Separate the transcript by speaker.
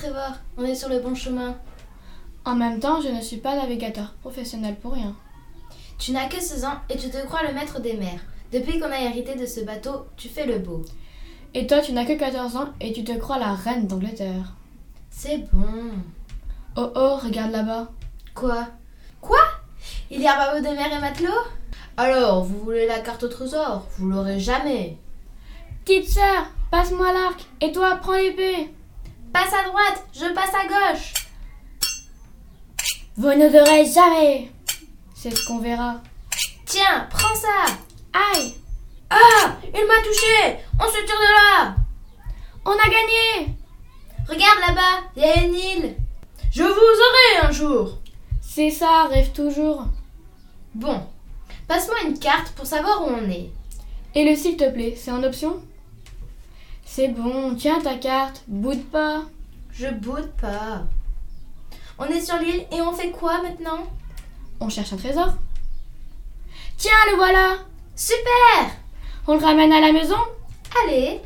Speaker 1: Trevor, on est sur le bon chemin.
Speaker 2: En même temps, je ne suis pas navigateur professionnel pour rien.
Speaker 1: Tu n'as que 16 ans et tu te crois le maître des mers. Depuis qu'on a hérité de ce bateau, tu fais le beau.
Speaker 2: Et toi, tu n'as que 14 ans et tu te crois la reine d'Angleterre.
Speaker 1: C'est bon.
Speaker 2: Oh oh, regarde là-bas.
Speaker 1: Quoi Quoi Il y a un bateau de mer et matelot Alors, vous voulez la carte au trésor Vous l'aurez jamais.
Speaker 2: Petite sœur, passe-moi l'arc et toi, prends l'épée.
Speaker 1: Passe à droite, je passe à gauche.
Speaker 2: Vous ne verrez jamais. C'est ce qu'on verra.
Speaker 1: Tiens, prends ça.
Speaker 2: Aïe,
Speaker 1: Ah Il m'a touché On se tire de là
Speaker 2: on a gagné.
Speaker 1: Regarde là-bas, il y a une île. Je vous aurai un jour.
Speaker 2: C'est ça, rêve toujours.
Speaker 1: Bon, passe-moi une carte pour savoir où on est.
Speaker 2: Et le s'il te plaît, c'est en option C'est bon, tiens ta carte, boude pas.
Speaker 1: Je boude pas. On est sur l'île et on fait quoi maintenant
Speaker 2: On cherche un trésor. Tiens, le voilà
Speaker 1: Super
Speaker 2: On le ramène à la maison
Speaker 1: Allez,